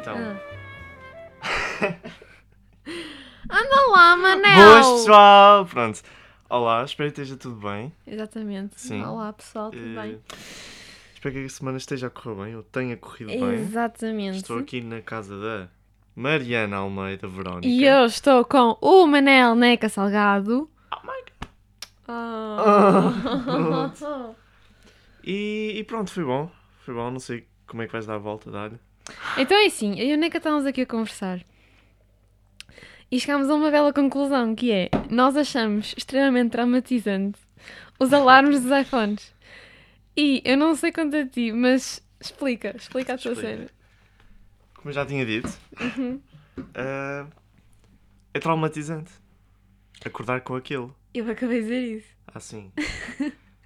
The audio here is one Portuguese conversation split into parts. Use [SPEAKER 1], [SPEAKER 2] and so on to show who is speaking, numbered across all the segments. [SPEAKER 1] então.
[SPEAKER 2] Ah. Anda lá, Manel!
[SPEAKER 1] Boas, pessoal! Pronto. Olá, espero que esteja tudo bem.
[SPEAKER 2] Exatamente.
[SPEAKER 1] Sim.
[SPEAKER 2] Olá, pessoal, tudo
[SPEAKER 1] Eh,
[SPEAKER 2] bem?
[SPEAKER 1] Espero que a semana esteja a correr bem, ou tenha corrido bem.
[SPEAKER 2] Exatamente.
[SPEAKER 1] Estou aqui na casa da Mariana Almeida Verónica.
[SPEAKER 2] E eu estou com o Manel Neca Salgado.
[SPEAKER 1] Oh my God. Ah.
[SPEAKER 2] Oh.
[SPEAKER 1] E, e pronto, foi bom. Foi bom, não sei como é que vais dar a volta, dar-lhe.
[SPEAKER 2] então é assim, eu e o Neca estávamos aqui a conversar. E chegámos a uma bela conclusão, que é... Nós achamos extremamente traumatizante os alarmes dos iPhones. E eu não sei quanto a ti, mas explica, explica a tua
[SPEAKER 1] Explica.
[SPEAKER 2] cena.
[SPEAKER 1] Como eu já tinha dito,
[SPEAKER 2] Uhum.
[SPEAKER 1] eh, é traumatizante acordar com aquilo.
[SPEAKER 2] Eu acabei de dizer isso.
[SPEAKER 1] Assim.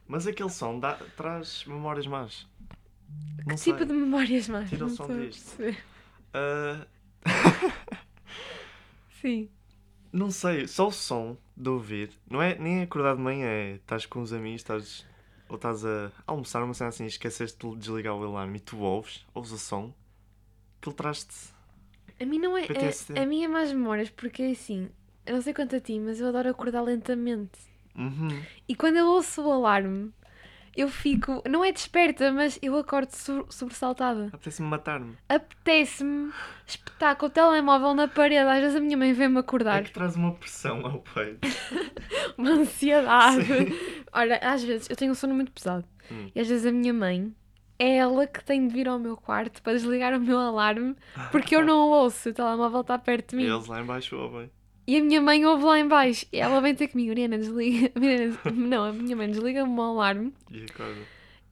[SPEAKER 1] Mas aquele som dá- traz memórias más.
[SPEAKER 2] Que tipo de memórias mais?
[SPEAKER 1] Tira o
[SPEAKER 2] Não
[SPEAKER 1] som
[SPEAKER 2] estou a
[SPEAKER 1] disto.
[SPEAKER 2] perceber.
[SPEAKER 1] Ah,
[SPEAKER 2] Sim.
[SPEAKER 1] não sei, só o som de ouvir. Não é nem acordar de manhã, é estás com os amigos, estás. Ou estás a almoçar uma cena assim, esqueceste de desligar o alarme e tu ouves, ouves o som, aquilo traz-te.
[SPEAKER 2] A mim não é.
[SPEAKER 1] PTSD.
[SPEAKER 2] A, a minha é mais memórias, porque é assim. Eu não sei quanto a ti, mas eu adoro acordar lentamente.
[SPEAKER 1] Uhum.
[SPEAKER 2] E quando eu ouço o alarme, eu fico. Não é desperta, mas eu acordo so- sobressaltada.
[SPEAKER 1] Apetece-me matar-me. É
[SPEAKER 2] Apetece-me espetar com o telemóvel na parede. Às vezes a minha mãe vem-me
[SPEAKER 1] É
[SPEAKER 2] acordar.
[SPEAKER 1] que traz uma pressão ao peito.
[SPEAKER 2] Uma ansiedade. Ora, às vezes eu tenho um sono muito pesado.
[SPEAKER 1] Hum.
[SPEAKER 2] E às vezes a minha mãe. É ela que tem de vir ao meu quarto para desligar o meu alarme porque eu não o ouço, o telemóvel está perto de mim.
[SPEAKER 1] Eles lá embaixo ouvem.
[SPEAKER 2] E a minha mãe ouve lá em baixo. E ela vem ter comigo, Mariana, desliga. Mariana, des- não, a minha mãe desliga-me o alarme.
[SPEAKER 1] E acorda.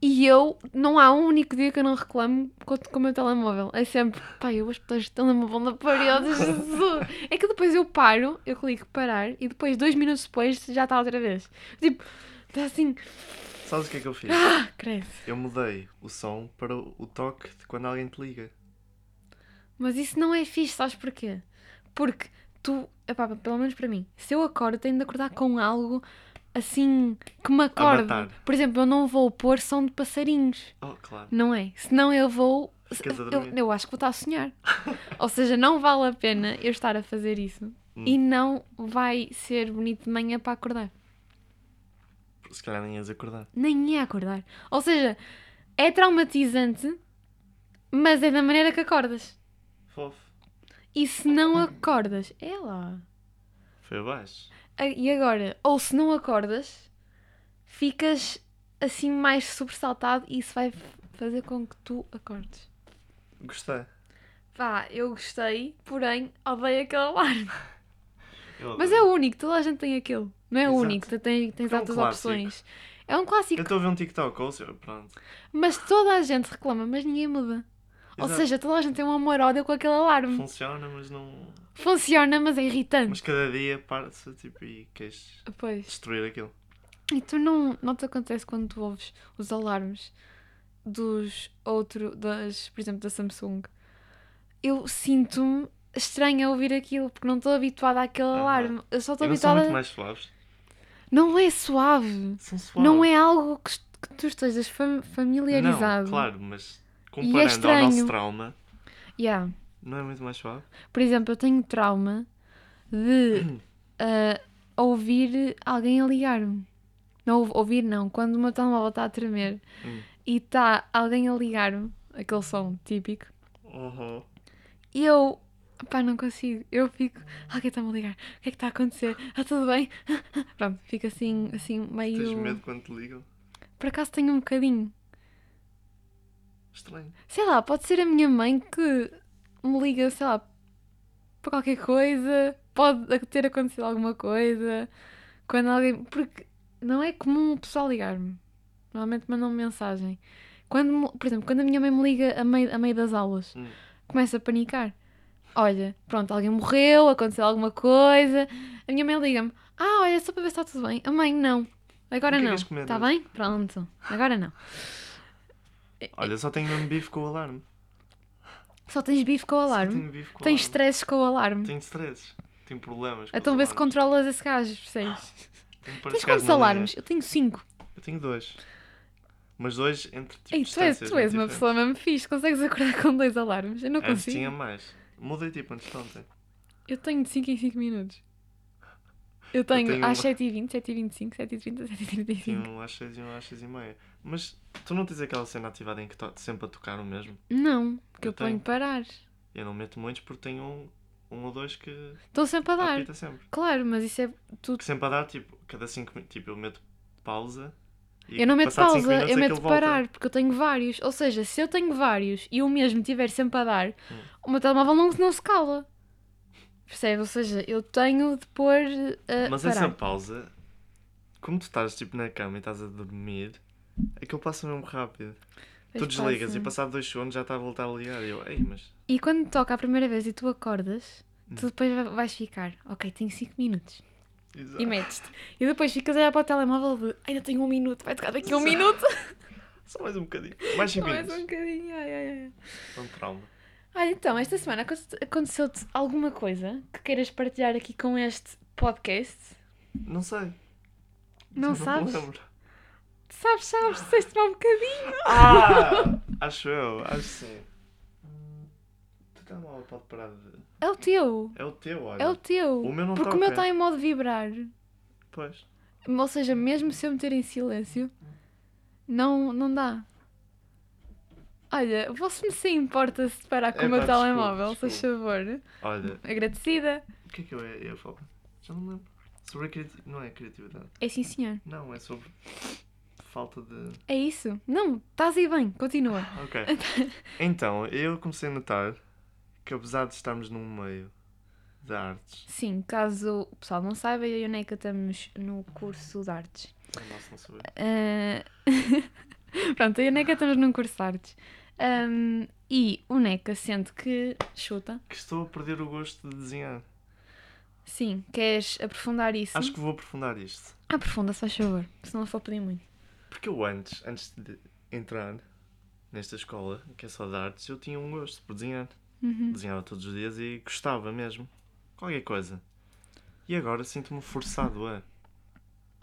[SPEAKER 2] E eu, não há um único dia que eu não reclamo com, com o meu telemóvel. É sempre, pá, eu vou espetar este telemóvel na parede, Jesus. É que depois eu paro, eu clico parar, e depois, dois minutos depois, já está outra vez. Tipo, está assim,
[SPEAKER 1] Sabes o que é que eu fiz?
[SPEAKER 2] ah, cresce.
[SPEAKER 1] Eu mudei o som para o toque de quando alguém te liga.
[SPEAKER 2] Mas isso não é fixe, sabes porquê? Porque tu, epá, pelo menos para mim, se eu acordo, tenho de acordar com algo assim que me acorda.
[SPEAKER 1] matar.
[SPEAKER 2] Por exemplo, eu não vou pôr som de passarinhos,
[SPEAKER 1] Oh, claro.
[SPEAKER 2] não é? Senão eu vou.
[SPEAKER 1] Ficas a
[SPEAKER 2] Eu,
[SPEAKER 1] dormir.
[SPEAKER 2] eu acho que vou estar a sonhar. Ou seja, não vale a pena eu estar a fazer isso. E não vai ser bonito de manhã para acordar.
[SPEAKER 1] Se calhar nem ias acordar.
[SPEAKER 2] Nem ia acordar. Ou seja, é traumatizante, mas é da maneira que acordas.
[SPEAKER 1] Fofo.
[SPEAKER 2] E se não acordas, é lá.
[SPEAKER 1] Foi abaixo.
[SPEAKER 2] Ah, E agora, ou se não acordas, ficas assim mais sobressaltado e isso vai f- fazer com que tu acordes.
[SPEAKER 1] Gostei.
[SPEAKER 2] Pá, eu gostei, porém odeio aquele alarme.
[SPEAKER 1] Eu
[SPEAKER 2] Mas é o único, toda a gente tem aquele. Não é o
[SPEAKER 1] Exato.
[SPEAKER 2] único, tu tens, tens
[SPEAKER 1] É um
[SPEAKER 2] altas
[SPEAKER 1] clássico.
[SPEAKER 2] opções. É um
[SPEAKER 1] Eu
[SPEAKER 2] clássico,
[SPEAKER 1] estou a ver um TikTok, ou seja, pronto.
[SPEAKER 2] mas toda a gente reclama, mas ninguém muda. Ou
[SPEAKER 1] Exato.
[SPEAKER 2] seja, toda a gente tem um amor-ódio com aquele alarme.
[SPEAKER 1] Funciona, mas não.
[SPEAKER 2] Funciona, mas é irritante.
[SPEAKER 1] Mas cada dia parte-se tipo e queres
[SPEAKER 2] Pois.
[SPEAKER 1] destruir aquilo.
[SPEAKER 2] E tu não, não te acontece quando tu ouves os alarmes dos outro, das, por exemplo, da Samsung? Eu sinto-me estranha a ouvir aquilo, porque não estou habituada àquele
[SPEAKER 1] Aham.
[SPEAKER 2] alarme. Eu só estou
[SPEAKER 1] Eu não são
[SPEAKER 2] habituada.
[SPEAKER 1] muito mais suaves.
[SPEAKER 2] Não é suave.
[SPEAKER 1] São suaves.
[SPEAKER 2] Não é algo que, est- que tu estejas fam- familiarizado.
[SPEAKER 1] Não, claro, mas comparando ao
[SPEAKER 2] é estranho.
[SPEAKER 1] nosso trauma,
[SPEAKER 2] Yeah.
[SPEAKER 1] não é muito mais suave?
[SPEAKER 2] Por exemplo, eu tenho trauma de ah, ouvir alguém a ligar-me. Não ou- ouvir, não. Quando o meu telemóvel está a tremer
[SPEAKER 1] Hum.
[SPEAKER 2] e está alguém a ligar-me, aquele som típico,
[SPEAKER 1] Uhum.
[SPEAKER 2] e eu. Pá, não consigo. Eu fico. Alguém está-me a ligar. O que é que está a acontecer? Ah, tudo bem? Pronto, fico assim, assim
[SPEAKER 1] Tens
[SPEAKER 2] meio.
[SPEAKER 1] medo quando te ligam?
[SPEAKER 2] Por acaso tenho um bocadinho.
[SPEAKER 1] Estranho.
[SPEAKER 2] Sei lá, pode ser a minha mãe que me liga, sei lá, para qualquer coisa, pode ter acontecido alguma coisa, quando alguém. Porque não é comum o pessoal ligar-me. Normalmente mandam-me mensagem. Quando, me- por exemplo, quando a minha mãe me liga a meio, a meio das aulas,
[SPEAKER 1] Hum.
[SPEAKER 2] começa a panicar. Olha, pronto, alguém morreu, aconteceu alguma coisa. A minha mãe liga-me: Ah, olha, só para ver se está tudo bem. A mãe, não. Agora
[SPEAKER 1] O que é que
[SPEAKER 2] não.
[SPEAKER 1] és comer
[SPEAKER 2] Está
[SPEAKER 1] hoje?
[SPEAKER 2] bem? Pronto. Agora não. É,
[SPEAKER 1] Olha, só tenho mesmo bife com o alarme.
[SPEAKER 2] Só tens bife com o
[SPEAKER 1] Só
[SPEAKER 2] alarme.
[SPEAKER 1] tenho bife com o
[SPEAKER 2] Tens
[SPEAKER 1] alarme.
[SPEAKER 2] stresses com o alarme.
[SPEAKER 1] Tenho stresses. Tenho problemas. com
[SPEAKER 2] Então
[SPEAKER 1] os
[SPEAKER 2] vê se
[SPEAKER 1] alarmes.
[SPEAKER 2] controlas esse gajo, percebes?
[SPEAKER 1] Tenho
[SPEAKER 2] Tens
[SPEAKER 1] partes
[SPEAKER 2] quantos
[SPEAKER 1] na linha.
[SPEAKER 2] alarmes? Eu tenho cinco.
[SPEAKER 1] Eu tenho dois. Mas dois entre tipo,
[SPEAKER 2] Ei, tu és, tu és uma
[SPEAKER 1] distâncias muito É,
[SPEAKER 2] pessoa mesmo fixe, consegues acordar com dois alarmes? Eu não
[SPEAKER 1] diferentes. Antes
[SPEAKER 2] consigo.
[SPEAKER 1] tinha mais. Mudei tipo antes de ontem.
[SPEAKER 2] Eu tenho de 5 em 5 minutos. Eu tenho,
[SPEAKER 1] tenho
[SPEAKER 2] às
[SPEAKER 1] uma-
[SPEAKER 2] 7h20, 7h25, 7h30, 7h35.
[SPEAKER 1] Tinha um às 6 e um às 6 e meia. Mas tu não tens aquela cena ativada em que está sempre a tocar o mesmo?
[SPEAKER 2] Não, que eu,
[SPEAKER 1] um- Eu
[SPEAKER 2] ponho
[SPEAKER 1] tenho.
[SPEAKER 2] parar.
[SPEAKER 1] Eu não meto muitos porque tenho um, um ou dois que
[SPEAKER 2] Estou sempre a dar.
[SPEAKER 1] apita sempre.
[SPEAKER 2] Claro, mas isso é tudo.
[SPEAKER 1] Que sempre a dar, tipo, cada 5 minutos. Tipo, eu meto pausa. e
[SPEAKER 2] Eu não meto
[SPEAKER 1] passado
[SPEAKER 2] pausa,
[SPEAKER 1] cinco minutos
[SPEAKER 2] eu
[SPEAKER 1] é que
[SPEAKER 2] meto
[SPEAKER 1] ele volta.
[SPEAKER 2] parar, porque eu tenho vários. Ou seja, se eu tenho vários e o mesmo tiver sempre a dar,
[SPEAKER 1] Hum.
[SPEAKER 2] o meu telemóvel não, não se cala. Percebe? Ou seja, eu tenho de pôr a
[SPEAKER 1] Mas é
[SPEAKER 2] parar.
[SPEAKER 1] essa pausa, como tu estás tipo na cama e estás a dormir, é aquilo passa mesmo rápido.
[SPEAKER 2] Pois
[SPEAKER 1] tu desligas
[SPEAKER 2] passa.
[SPEAKER 1] e passado dois segundos já está a voltar a ligar. E eu, ei, mas.
[SPEAKER 2] E quando toca a primeira vez e tu acordas,
[SPEAKER 1] Hum.
[SPEAKER 2] tu depois vai- vais ficar, ok, tenho 5 minutos.
[SPEAKER 1] Ah.
[SPEAKER 2] E metes-te. E depois ficas a olhar para o telemóvel de ainda tenho um minuto, vai tocar daqui a um
[SPEAKER 1] Exato.
[SPEAKER 2] minuto.
[SPEAKER 1] Só mais um bocadinho. Mais
[SPEAKER 2] Só
[SPEAKER 1] cinco
[SPEAKER 2] mais
[SPEAKER 1] minutos.
[SPEAKER 2] um bocadinho. Ai, ai, ai.
[SPEAKER 1] Um trauma.
[SPEAKER 2] Olha, então, esta semana aconte- aconteceu-te alguma coisa que queiras partilhar aqui com este podcast?
[SPEAKER 1] Não sei.
[SPEAKER 2] Não
[SPEAKER 1] me
[SPEAKER 2] sabes?
[SPEAKER 1] lembro.
[SPEAKER 2] Sabes, sabes, disseste-me há um bocadinho.
[SPEAKER 1] Ah! acho eu, acho sim. Tu tá mal, pode parar de.
[SPEAKER 2] É o teu,
[SPEAKER 1] É o teu, olha.
[SPEAKER 2] é o teu.
[SPEAKER 1] o meu não tá
[SPEAKER 2] Porque
[SPEAKER 1] toca.
[SPEAKER 2] o meu está em modo vibrar.
[SPEAKER 1] Pois.
[SPEAKER 2] Ou seja, mesmo se eu meter em silêncio, não, não dá. Olha, você me se importa se parar com o
[SPEAKER 1] Epá,
[SPEAKER 2] meu
[SPEAKER 1] desculpa,
[SPEAKER 2] telemóvel, se faz favor.
[SPEAKER 1] Olha,
[SPEAKER 2] Agradecida.
[SPEAKER 1] o que é que eu ia, ia falar? Já não me lembro. Sobre a criatividade. Não é criatividade.
[SPEAKER 2] É sim, senhor.
[SPEAKER 1] Não, é sobre falta de.
[SPEAKER 2] É isso. Não, estás aí bem, continua.
[SPEAKER 1] Ok. Então, eu comecei a notar que apesar de estarmos num meio de artes,
[SPEAKER 2] Sim, caso o pessoal não saiba, eu e a Neca estamos no curso de artes.
[SPEAKER 1] é nosso não saber.
[SPEAKER 2] Ah, Pronto, eu e o Neca estamos num curso de artes. Ahm, e o Neca sente que chuta.
[SPEAKER 1] Que estou a perder o gosto de desenhar.
[SPEAKER 2] Sim, queres aprofundar isso?
[SPEAKER 1] Acho que vou aprofundar isto.
[SPEAKER 2] Aprofunda, se faz favor, se não for pedir muito.
[SPEAKER 1] Porque eu antes, antes de entrar nesta escola, que é só de artes, eu tinha um gosto por desenhar.
[SPEAKER 2] Uhum.
[SPEAKER 1] Desenhava todos os dias e gostava mesmo. Qualquer coisa. E agora sinto-me forçado a.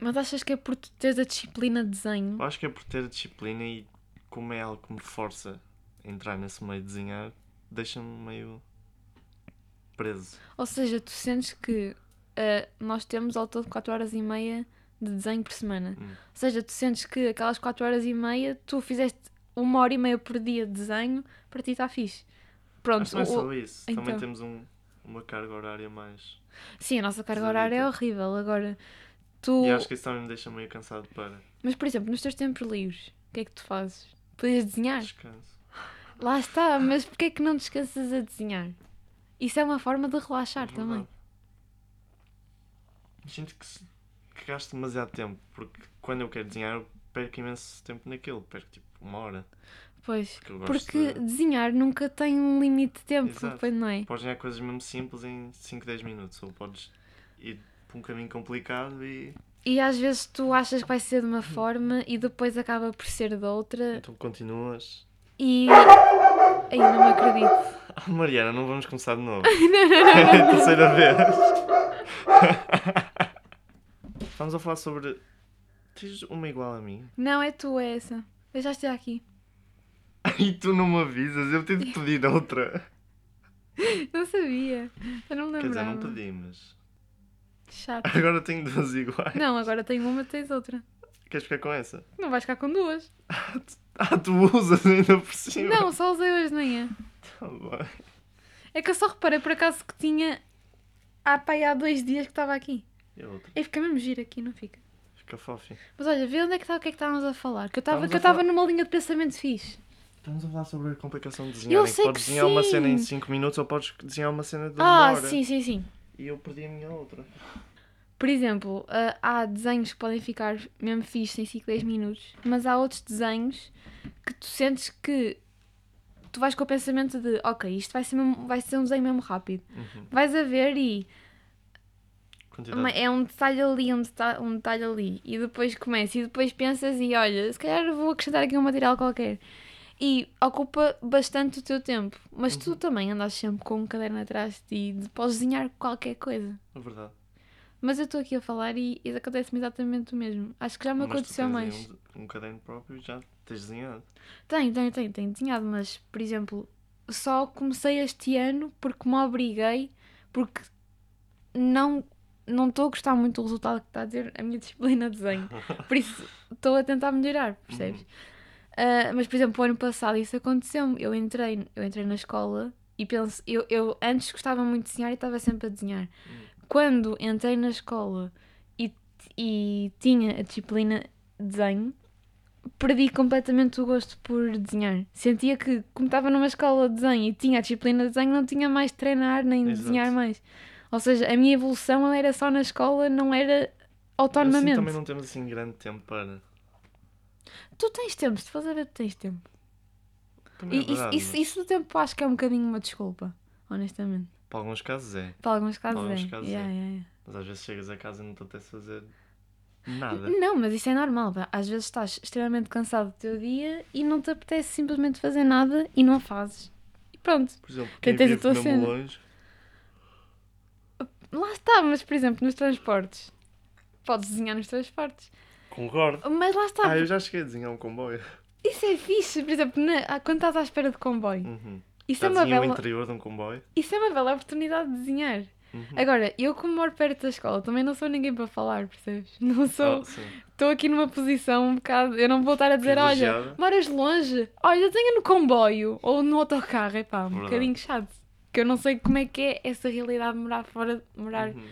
[SPEAKER 2] Mas achas que é por tu teres a disciplina de desenho?
[SPEAKER 1] Eu acho que é por ter a disciplina e como é algo que me força a entrar nesse meio de desenhar, deixa-me meio preso.
[SPEAKER 2] Ou seja, tu sentes que ah, nós temos ao todo 4 horas e meia de desenho por semana.
[SPEAKER 1] Hum.
[SPEAKER 2] Ou seja, tu sentes que aquelas 4 horas e meia tu fizeste uma hora e meia por dia de desenho, para ti está fixe. Pronto,
[SPEAKER 1] Mas não é
[SPEAKER 2] o-
[SPEAKER 1] só isso.
[SPEAKER 2] então.
[SPEAKER 1] Também temos um- uma carga horária mais.
[SPEAKER 2] Sim, a nossa carga
[SPEAKER 1] Desanita.
[SPEAKER 2] horária é horrível. Agora, tu.
[SPEAKER 1] E acho que isso também me deixa meio cansado para
[SPEAKER 2] Mas, por exemplo, nos teus tempos livres, o que é que tu fazes? Podias desenhar?
[SPEAKER 1] descanso.
[SPEAKER 2] Lá está, mas porquê é que não descansas a desenhar? Isso é uma forma de relaxar
[SPEAKER 1] É
[SPEAKER 2] também.
[SPEAKER 1] verdade. Sinto que, se- que gasto demasiado tempo, porque quando eu quero desenhar, eu perco imenso tempo naquilo. Perco tipo uma hora.
[SPEAKER 2] Pois.
[SPEAKER 1] Porque eu gosto
[SPEAKER 2] Porque
[SPEAKER 1] de.
[SPEAKER 2] desenhar nunca tem um limite de tempo,
[SPEAKER 1] Exato.
[SPEAKER 2] depois, não é?
[SPEAKER 1] Podes ganhar coisas mesmo simples em 5, 10 minutos. Ou podes ir por um caminho complicado e.
[SPEAKER 2] E às vezes tu achas que vai ser de uma forma e depois acaba por ser de outra
[SPEAKER 1] Então continuas.
[SPEAKER 2] e. Aí não me acredito.
[SPEAKER 1] Ah, Mariana, não vamos começar de novo. É a terceira vez. Estamos a falar sobre. Tens uma igual a mim?
[SPEAKER 2] Não é tu, é essa. Deixaste aqui.
[SPEAKER 1] E tu não me avisas, eu tenho de pedir outra.
[SPEAKER 2] Não sabia. Eu não me
[SPEAKER 1] Quer dizer,
[SPEAKER 2] lembrava.
[SPEAKER 1] não pedi, mas.
[SPEAKER 2] Chato.
[SPEAKER 1] Agora tenho duas iguais.
[SPEAKER 2] Não, agora tem uma, tens outra.
[SPEAKER 1] Queres ficar com essa?
[SPEAKER 2] Não vais ficar com duas.
[SPEAKER 1] Ah, tu usas ainda por cima.
[SPEAKER 2] Não, só usei hoje de manhã.
[SPEAKER 1] Tá bem.
[SPEAKER 2] É que eu só reparei por acaso que tinha há pá, há dois dias que estava aqui.
[SPEAKER 1] E a outra?
[SPEAKER 2] E fica mesmo giro aqui, não fica?
[SPEAKER 1] Fica fofinho.
[SPEAKER 2] Mas olha, vê onde é que está o que é que estávamos a falar. Que eu estava
[SPEAKER 1] Estávamos
[SPEAKER 2] que eu
[SPEAKER 1] a falar-
[SPEAKER 2] estava numa linha de pensamento fixe.
[SPEAKER 1] Estamos a falar sobre a complicação de desenhar. em
[SPEAKER 2] sei
[SPEAKER 1] podes
[SPEAKER 2] que
[SPEAKER 1] desenhar uma
[SPEAKER 2] sim.
[SPEAKER 1] cena em 5 minutos ou podes desenhar uma cena de uma
[SPEAKER 2] Ah,
[SPEAKER 1] hora.
[SPEAKER 2] sim, sim, sim.
[SPEAKER 1] E eu perdi a minha outra.
[SPEAKER 2] Por exemplo, ah, há desenhos que podem ficar mesmo fixos em 5, 10 minutos, mas há outros desenhos que tu sentes que tu vais com o pensamento de ok, isto vai ser, mesmo- vai ser um desenho mesmo rápido.
[SPEAKER 1] Uhum.
[SPEAKER 2] Vais a ver e
[SPEAKER 1] Quantidade.
[SPEAKER 2] Uma- é um detalhe ali, um detalhe, um detalhe ali. E depois começa, e depois pensas, e olha, se calhar vou acrescentar aqui um material qualquer. E ocupa bastante o teu tempo. Mas
[SPEAKER 1] Uhum.
[SPEAKER 2] tu também andas sempre com um caderno atrás de ti, de- podes desenhar qualquer coisa.
[SPEAKER 1] É verdade.
[SPEAKER 2] Mas eu estou aqui a falar e, e acontece-me exatamente o mesmo. Acho que já me
[SPEAKER 1] Mas tu
[SPEAKER 2] aconteceu
[SPEAKER 1] tens
[SPEAKER 2] mais.
[SPEAKER 1] aí Um, um caderno próprio e já tens desenhado.
[SPEAKER 2] Tenho, tenho, tenho, tenho desenhado, mas, por exemplo, só comecei este ano porque me obriguei, porque não não estou a gostar muito do resultado que está a dizer a minha disciplina de desenho. Por isso estou a tentar melhorar, percebes? Ah, mas, por exemplo, o ano passado isso aconteceu-me. Eu entrei, eu entrei na escola e penso, eu, eu antes gostava muito de desenhar e estava sempre a desenhar. Quando entrei na escola e, e tinha a disciplina de desenho, perdi completamente o gosto por desenhar. Sentia que, como estava numa escola de desenho e tinha a disciplina de desenho, não tinha mais de treinar nem de
[SPEAKER 1] Exato.
[SPEAKER 2] desenhar mais. Ou seja, a minha evolução era só na escola, não era
[SPEAKER 1] Assim,
[SPEAKER 2] autonomamente.
[SPEAKER 1] também não temos assim grande tempo para.
[SPEAKER 2] Tu tens tempo, se tu fores a ver, tu tens tempo.
[SPEAKER 1] Também é
[SPEAKER 2] E isso,
[SPEAKER 1] verdade,
[SPEAKER 2] isso,
[SPEAKER 1] mas
[SPEAKER 2] isso do tempo acho que é um bocadinho uma desculpa, honestamente.
[SPEAKER 1] Para alguns casos é.
[SPEAKER 2] Para alguns casos
[SPEAKER 1] alguns
[SPEAKER 2] é.
[SPEAKER 1] casos
[SPEAKER 2] Yeah,
[SPEAKER 1] é.
[SPEAKER 2] yeah, yeah.
[SPEAKER 1] Mas às vezes chegas a casa e não te apetece fazer nada.
[SPEAKER 2] Não, mas isso é normal. pá. Às vezes estás extremamente cansado do teu dia e não te apetece simplesmente fazer nada e não fazes. E pronto.
[SPEAKER 1] Por exemplo,
[SPEAKER 2] Quem
[SPEAKER 1] quem
[SPEAKER 2] tens a
[SPEAKER 1] vive
[SPEAKER 2] tua
[SPEAKER 1] mesmo
[SPEAKER 2] cena.
[SPEAKER 1] longe.
[SPEAKER 2] Lá está, mas por exemplo, nos transportes. Podes desenhar nos transportes.
[SPEAKER 1] Concordo.
[SPEAKER 2] Mas lá está.
[SPEAKER 1] Ah, eu já cheguei a desenhar um comboio.
[SPEAKER 2] Isso é fixe. Por exemplo, na- ah, quando estás à espera de comboio.
[SPEAKER 1] Uhum.
[SPEAKER 2] Isso
[SPEAKER 1] Já
[SPEAKER 2] é, uma
[SPEAKER 1] desenhei o
[SPEAKER 2] bela,
[SPEAKER 1] interior de um comboio.
[SPEAKER 2] isso é uma bela oportunidade de desenhar.
[SPEAKER 1] Uhum.
[SPEAKER 2] Agora, eu como moro perto da escola, também não sou ninguém para falar, percebes? Não sou.
[SPEAKER 1] Ah, sim.
[SPEAKER 2] Estou aqui numa posição um bocado. Eu não vou estar a dizer, olha,
[SPEAKER 1] Privilegiada.
[SPEAKER 2] moras longe, olha, tenha no comboio ou no autocarro, é pá, um
[SPEAKER 1] Verdade.
[SPEAKER 2] bocadinho chato. Que eu não sei como é que é essa realidade de morar fora. Morar.
[SPEAKER 1] Uhum.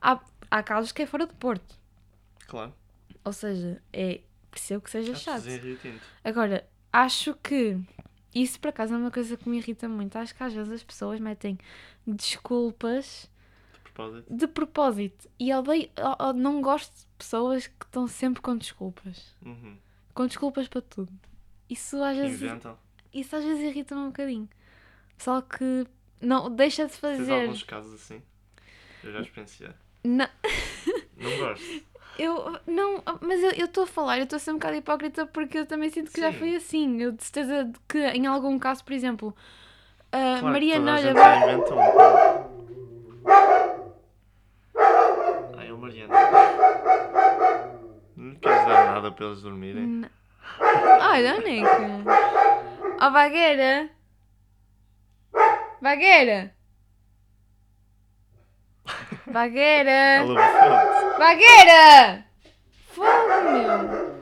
[SPEAKER 2] Há, há casos que é fora do Porto.
[SPEAKER 1] Claro.
[SPEAKER 2] Ou seja, é. Percebo que seja
[SPEAKER 1] Já
[SPEAKER 2] chato.
[SPEAKER 1] desenhei Rio Tinto.
[SPEAKER 2] Agora, acho que isso por acaso é uma coisa que me irrita muito. Acho que às vezes as pessoas metem desculpas
[SPEAKER 1] De propósito.
[SPEAKER 2] de propósito. E odeio, o- o- não gosto de pessoas que estão sempre com desculpas.
[SPEAKER 1] Uhum.
[SPEAKER 2] Com desculpas para tudo. Isso às vezes,
[SPEAKER 1] Inventam.
[SPEAKER 2] isso às vezes irrita-me um bocadinho. Pessoal que não deixa de
[SPEAKER 1] Tens
[SPEAKER 2] fazer.
[SPEAKER 1] alguns casos assim? Eu já experienciei.
[SPEAKER 2] Não,
[SPEAKER 1] Não gosto.
[SPEAKER 2] eu não, mas eu eu estou a falar, eu estou a ser um bocado hipócrita porque eu também sinto que já
[SPEAKER 1] Sim.
[SPEAKER 2] foi assim. Eu de certeza de que em algum caso, por exemplo, a
[SPEAKER 1] Claro que
[SPEAKER 2] Mariana
[SPEAKER 1] toda a
[SPEAKER 2] olha.
[SPEAKER 1] gente já inventou um bocado. Ai, é o Mariana. Não lhe queres dar nada para eles dormirem.
[SPEAKER 2] N- Olha, Neca. Ó, Vagueira. Vagueira. Vagueira.
[SPEAKER 1] Ela bufou-te.
[SPEAKER 2] Vagueira! Fogo, meu!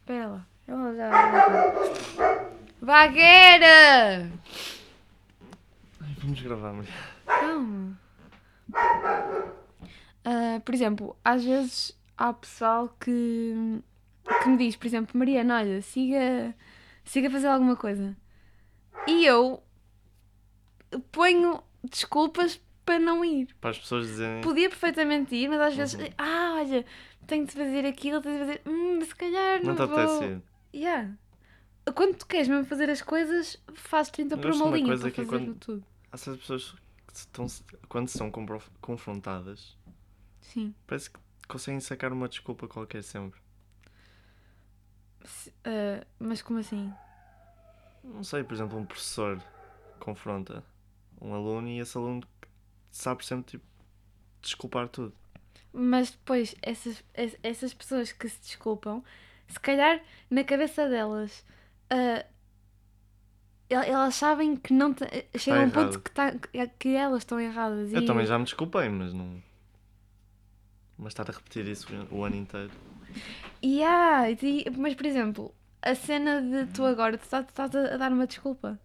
[SPEAKER 2] Espera lá. Ela já... Vagueira!
[SPEAKER 1] Ai, Vamos gravar, mulher.
[SPEAKER 2] Calma. Então, Ah, por exemplo, às vezes há pessoal que, que me diz, por exemplo, Mariana, olha, siga, siga a fazer alguma coisa. E eu ponho desculpas para não ir.
[SPEAKER 1] Para as pessoas dizerem.
[SPEAKER 2] Podia perfeitamente ir, mas às vezes,
[SPEAKER 1] Hum. Uhum.
[SPEAKER 2] ah, olha, tenho de fazer aquilo, tenho de fazer, hum, se calhar não,
[SPEAKER 1] Não te
[SPEAKER 2] vou.
[SPEAKER 1] apetece ir.
[SPEAKER 2] Yeah. Quando tu queres mesmo fazer as coisas, fazes 30
[SPEAKER 1] Eu
[SPEAKER 2] por
[SPEAKER 1] gosto de
[SPEAKER 2] uma
[SPEAKER 1] uma
[SPEAKER 2] linha
[SPEAKER 1] coisa
[SPEAKER 2] para
[SPEAKER 1] que é
[SPEAKER 2] fazer
[SPEAKER 1] quando-
[SPEAKER 2] tudo.
[SPEAKER 1] Há certas pessoas que estão, quando são compro- confrontadas,
[SPEAKER 2] Sim.
[SPEAKER 1] parece que conseguem sacar uma desculpa qualquer sempre.
[SPEAKER 2] Se- ah, mas como assim?
[SPEAKER 1] Não sei, por exemplo, um professor confronta um aluno e esse aluno sabe sempre tipo, desculpar tudo.
[SPEAKER 2] Mas depois, essas, es- essas pessoas que se desculpam, se calhar na cabeça delas, ah, el- elas sabem que não. te- eh, Chega a um ponto
[SPEAKER 1] errado.
[SPEAKER 2] que, tá, que- que elas estão erradas.
[SPEAKER 1] Eu
[SPEAKER 2] e
[SPEAKER 1] também já me desculpei, mas não. Mas estar a repetir isso o ano inteiro.
[SPEAKER 2] E há, e ti- mas por exemplo, a cena de tu agora, tu tá- estás a a dar uma desculpa.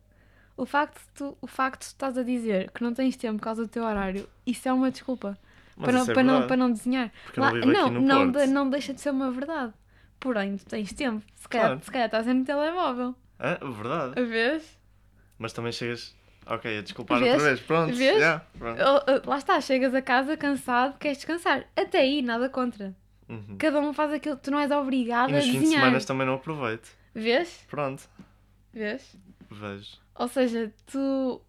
[SPEAKER 2] O facto, de tu, o facto de tu estás a dizer que não tens tempo por causa do teu horário, isso é uma desculpa.
[SPEAKER 1] Mas
[SPEAKER 2] para, não,
[SPEAKER 1] isso é
[SPEAKER 2] para, não,
[SPEAKER 1] verdade,
[SPEAKER 2] para não desenhar.
[SPEAKER 1] porque eu não
[SPEAKER 2] Lá-
[SPEAKER 1] vivo aqui no
[SPEAKER 2] não,
[SPEAKER 1] Porto.
[SPEAKER 2] de- não deixa de ser uma verdade. Porém, tu tens tempo. Se calhar,
[SPEAKER 1] Claro.
[SPEAKER 2] se calhar estás no telemóvel.
[SPEAKER 1] Ah, verdade.
[SPEAKER 2] A vez?
[SPEAKER 1] Mas também chegas. Ok, a desculpar
[SPEAKER 2] Vês?
[SPEAKER 1] outra vez. Pronto.
[SPEAKER 2] Vês?
[SPEAKER 1] já, pronto.
[SPEAKER 2] Oh, oh, Lá está, chegas a casa cansado, queres descansar. Até aí, nada contra.
[SPEAKER 1] Uhum.
[SPEAKER 2] Cada um faz aquilo, tu não és obrigado
[SPEAKER 1] E
[SPEAKER 2] a
[SPEAKER 1] nos fins de
[SPEAKER 2] desenhar.
[SPEAKER 1] semana também não aproveito.
[SPEAKER 2] Vês?
[SPEAKER 1] Pronto.
[SPEAKER 2] Vês?
[SPEAKER 1] Vejo.
[SPEAKER 2] Ou seja, tu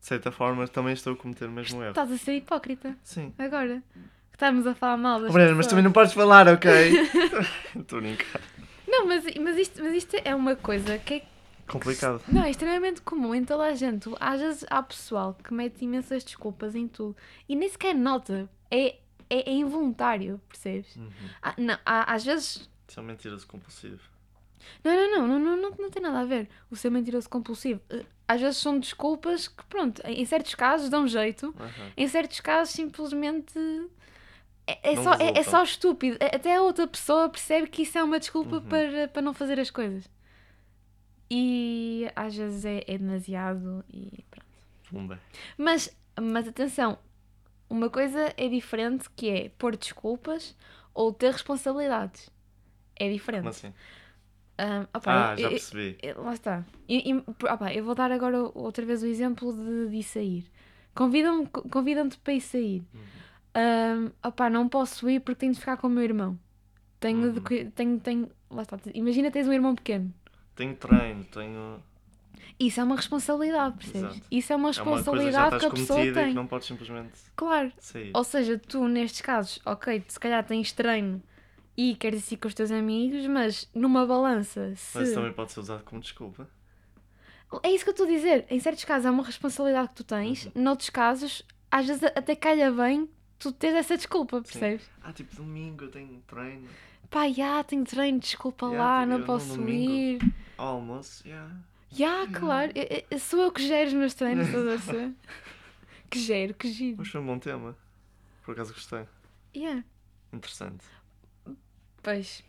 [SPEAKER 1] De certa forma, também estou a cometer o mesmo erro.
[SPEAKER 2] estás a ser hipócrita
[SPEAKER 1] Sim.
[SPEAKER 2] agora. Que estamos a falar mal das
[SPEAKER 1] Breno, mas
[SPEAKER 2] pessoas.
[SPEAKER 1] também não podes falar, ok? Estou a brincar.
[SPEAKER 2] Não, mas, mas, isto, mas isto é uma coisa que é
[SPEAKER 1] Complicado.
[SPEAKER 2] Não, é extremamente comum em toda a gente. Às vezes há pessoal que mete imensas desculpas em tudo e nem sequer nota. É, é, é involuntário, percebes?
[SPEAKER 1] Uhum.
[SPEAKER 2] Ah, não, há- às vezes.
[SPEAKER 1] Isso é mentiroso compulsivo.
[SPEAKER 2] Não, não, não, não, não, não, não tem nada a ver. O ser mentiroso compulsivo. eh, Às vezes são desculpas que, pronto, em em certos casos dão jeito,
[SPEAKER 1] Aham.
[SPEAKER 2] em certos casos simplesmente. É, é
[SPEAKER 1] Não
[SPEAKER 2] só, é, é
[SPEAKER 1] resultam.
[SPEAKER 2] só estúpido. A- Até a outra pessoa percebe que isso é uma desculpa
[SPEAKER 1] Uhum.
[SPEAKER 2] para, para não fazer as coisas. E às vezes é, é demasiado e pronto.
[SPEAKER 1] Pumba.
[SPEAKER 2] Mas, mas atenção, uma coisa é diferente que é pôr desculpas ou ter responsabilidades. É diferente.
[SPEAKER 1] Como assim?
[SPEAKER 2] Ah, opa,
[SPEAKER 1] Ah,
[SPEAKER 2] eu-
[SPEAKER 1] já
[SPEAKER 2] eu-
[SPEAKER 1] percebi.
[SPEAKER 2] eu- lá está. E, e, por- opa, eu vou dar agora o- outra vez o exemplo de, de ir sair. Convidam-me co- convidam-te para ir sair.
[SPEAKER 1] Uhum.
[SPEAKER 2] Ah, opa, não posso ir porque tenho de ficar com o meu irmão. Tenho de.
[SPEAKER 1] Uhum.
[SPEAKER 2] cui- Tenho, tenho, lá está. Imagina tens um irmão pequeno.
[SPEAKER 1] Tenho treino, tenho.
[SPEAKER 2] Isso é uma responsabilidade, percebes?
[SPEAKER 1] Exato.
[SPEAKER 2] Isso é uma
[SPEAKER 1] É uma coisa que
[SPEAKER 2] responsabilidade
[SPEAKER 1] já
[SPEAKER 2] que
[SPEAKER 1] estás
[SPEAKER 2] a pessoa
[SPEAKER 1] cometida e
[SPEAKER 2] tem.
[SPEAKER 1] que não podes simplesmente
[SPEAKER 2] Claro.
[SPEAKER 1] sair.
[SPEAKER 2] Ou seja, tu nestes casos, ok, se calhar tens treino e queres ir assim com os teus amigos, mas numa balança, se.
[SPEAKER 1] Mas isso também pode ser usado como desculpa.
[SPEAKER 2] É isso que eu estou a dizer. Em certos casos é uma responsabilidade que tu tens,
[SPEAKER 1] Uhum.
[SPEAKER 2] noutros casos, às vezes até calha bem tu tens essa desculpa, percebes?
[SPEAKER 1] Ah, tipo, domingo eu tenho treino.
[SPEAKER 2] Pá, já tenho treino, desculpa
[SPEAKER 1] Ya,
[SPEAKER 2] lá,
[SPEAKER 1] tipo,
[SPEAKER 2] não
[SPEAKER 1] eu não
[SPEAKER 2] posso
[SPEAKER 1] domingo. Uhum.
[SPEAKER 2] ir.
[SPEAKER 1] Ao almoço, yeah.
[SPEAKER 2] Já, claro, eu- eu- sou eu que gero os meus treinos, estás a perceber? Que gero, que giro.
[SPEAKER 1] Mas foi um bom tema. Por acaso gostei.
[SPEAKER 2] Yeah,
[SPEAKER 1] Interessante.
[SPEAKER 2] pois.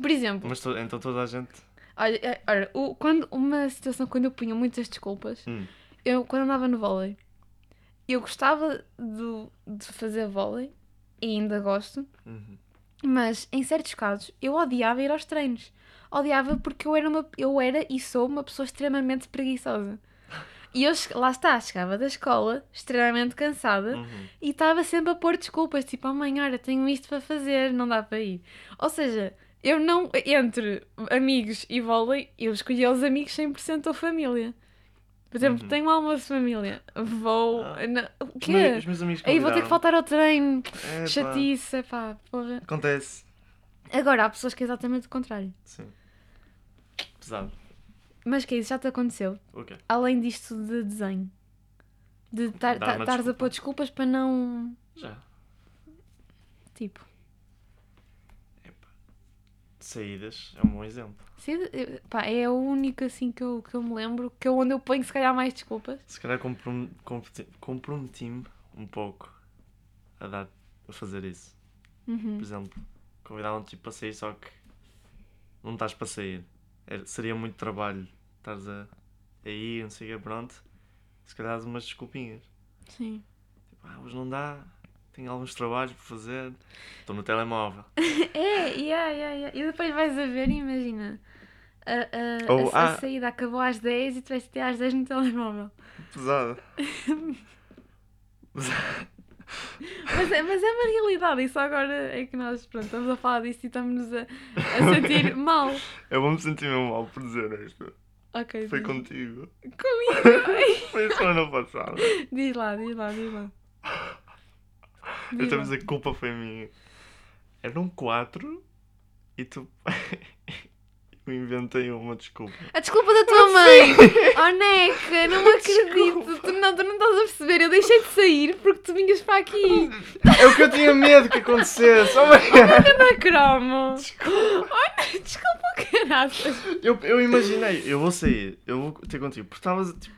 [SPEAKER 2] Por exemplo,
[SPEAKER 1] Mas to- então toda a gente.
[SPEAKER 2] Olha, é- olha, o- quando, uma situação quando eu punha muitas desculpas,
[SPEAKER 1] Hum.
[SPEAKER 2] eu quando andava no vôlei, eu gostava do- de fazer vôlei e ainda gosto,
[SPEAKER 1] Uhum.
[SPEAKER 2] mas em certos casos eu odiava ir aos treinos. Odiava porque eu era, uma, eu era e sou uma pessoa extremamente preguiçosa. E eu, che- lá está, chegava da escola extremamente cansada
[SPEAKER 1] Uhum.
[SPEAKER 2] e estava sempre a pôr desculpas, tipo, amanhã olha, tenho isto para fazer, não dá para ir. Ou seja, eu não, entre amigos e vôlei, eu escolhi os amigos 100% ou família. Por exemplo,
[SPEAKER 1] Uhum.
[SPEAKER 2] tenho um almoço de família, vou...
[SPEAKER 1] Ah.
[SPEAKER 2] na- o
[SPEAKER 1] Os meus,
[SPEAKER 2] quê?
[SPEAKER 1] os meus amigos
[SPEAKER 2] Aí vou ter que
[SPEAKER 1] convidaram.
[SPEAKER 2] faltar ao treino,
[SPEAKER 1] Epá,
[SPEAKER 2] chatice, pá, porra.
[SPEAKER 1] Acontece.
[SPEAKER 2] Agora, há pessoas que é exatamente o contrário.
[SPEAKER 1] Sim. Pesado.
[SPEAKER 2] Mas que é isso, já te aconteceu?
[SPEAKER 1] O quê?
[SPEAKER 2] Além disto de desenho? De tar-
[SPEAKER 1] Dar
[SPEAKER 2] tar-
[SPEAKER 1] uma
[SPEAKER 2] estares a
[SPEAKER 1] desculpa.
[SPEAKER 2] pôr desculpas para não...
[SPEAKER 1] Já.
[SPEAKER 2] Tipo...
[SPEAKER 1] Saídas é um bom exemplo.
[SPEAKER 2] Sim, eu- pá, é o único assim que eu, que eu me lembro, que é onde eu ponho se calhar mais desculpas.
[SPEAKER 1] Se calhar comprom- competi- comprometi-me um pouco a dar a fazer isso. Por exemplo, convidavam tipo para sair, só que não estás para sair. Era- seria muito trabalho estares a, a ir, não sei o que, pronto. Se calhar dás umas desculpinhas.
[SPEAKER 2] Sim.
[SPEAKER 1] Tipo, ah, hoje não dá, tenho alguns trabalhos por fazer, estou no telemóvel.
[SPEAKER 2] É, yeah, yeah, yeah. e depois vais a ver, imagina. A, a,
[SPEAKER 1] Ou,
[SPEAKER 2] a, a
[SPEAKER 1] ah.
[SPEAKER 2] saída acabou às 10 e tu vais ter às 10 no telemóvel.
[SPEAKER 1] Pesado. Pesado.
[SPEAKER 2] Mas é, mas é uma realidade, e só agora é que nós pronto, estamos a falar disso e estamos a, a sentir mal.
[SPEAKER 1] Eu vou me sentir mesmo mal por dizer isto.
[SPEAKER 2] Ok.
[SPEAKER 1] Foi
[SPEAKER 2] diz.
[SPEAKER 1] contigo.
[SPEAKER 2] Comigo!
[SPEAKER 1] Foi a semana passada.
[SPEAKER 2] diz lá, diz lá, diz lá.
[SPEAKER 1] Eu
[SPEAKER 2] Diz
[SPEAKER 1] estou a
[SPEAKER 2] lá.
[SPEAKER 1] dizer que a culpa foi minha. Eram quatro e tu. Eu inventei uma desculpa.
[SPEAKER 2] A desculpa da tua mãe! Oh, Neca, não me acredito! Tu não, tu não estás a perceber, eu deixei de sair porque tu vinhas para aqui!
[SPEAKER 1] É o que eu tinha medo que acontecesse. Oh my God.
[SPEAKER 2] Anda, cromo!
[SPEAKER 1] Desculpa.
[SPEAKER 2] Oh, ne... Desculpa, caralho!
[SPEAKER 1] Eu, eu imaginei, eu vou sair, eu vou ter contigo. Porque estavas. Tipo,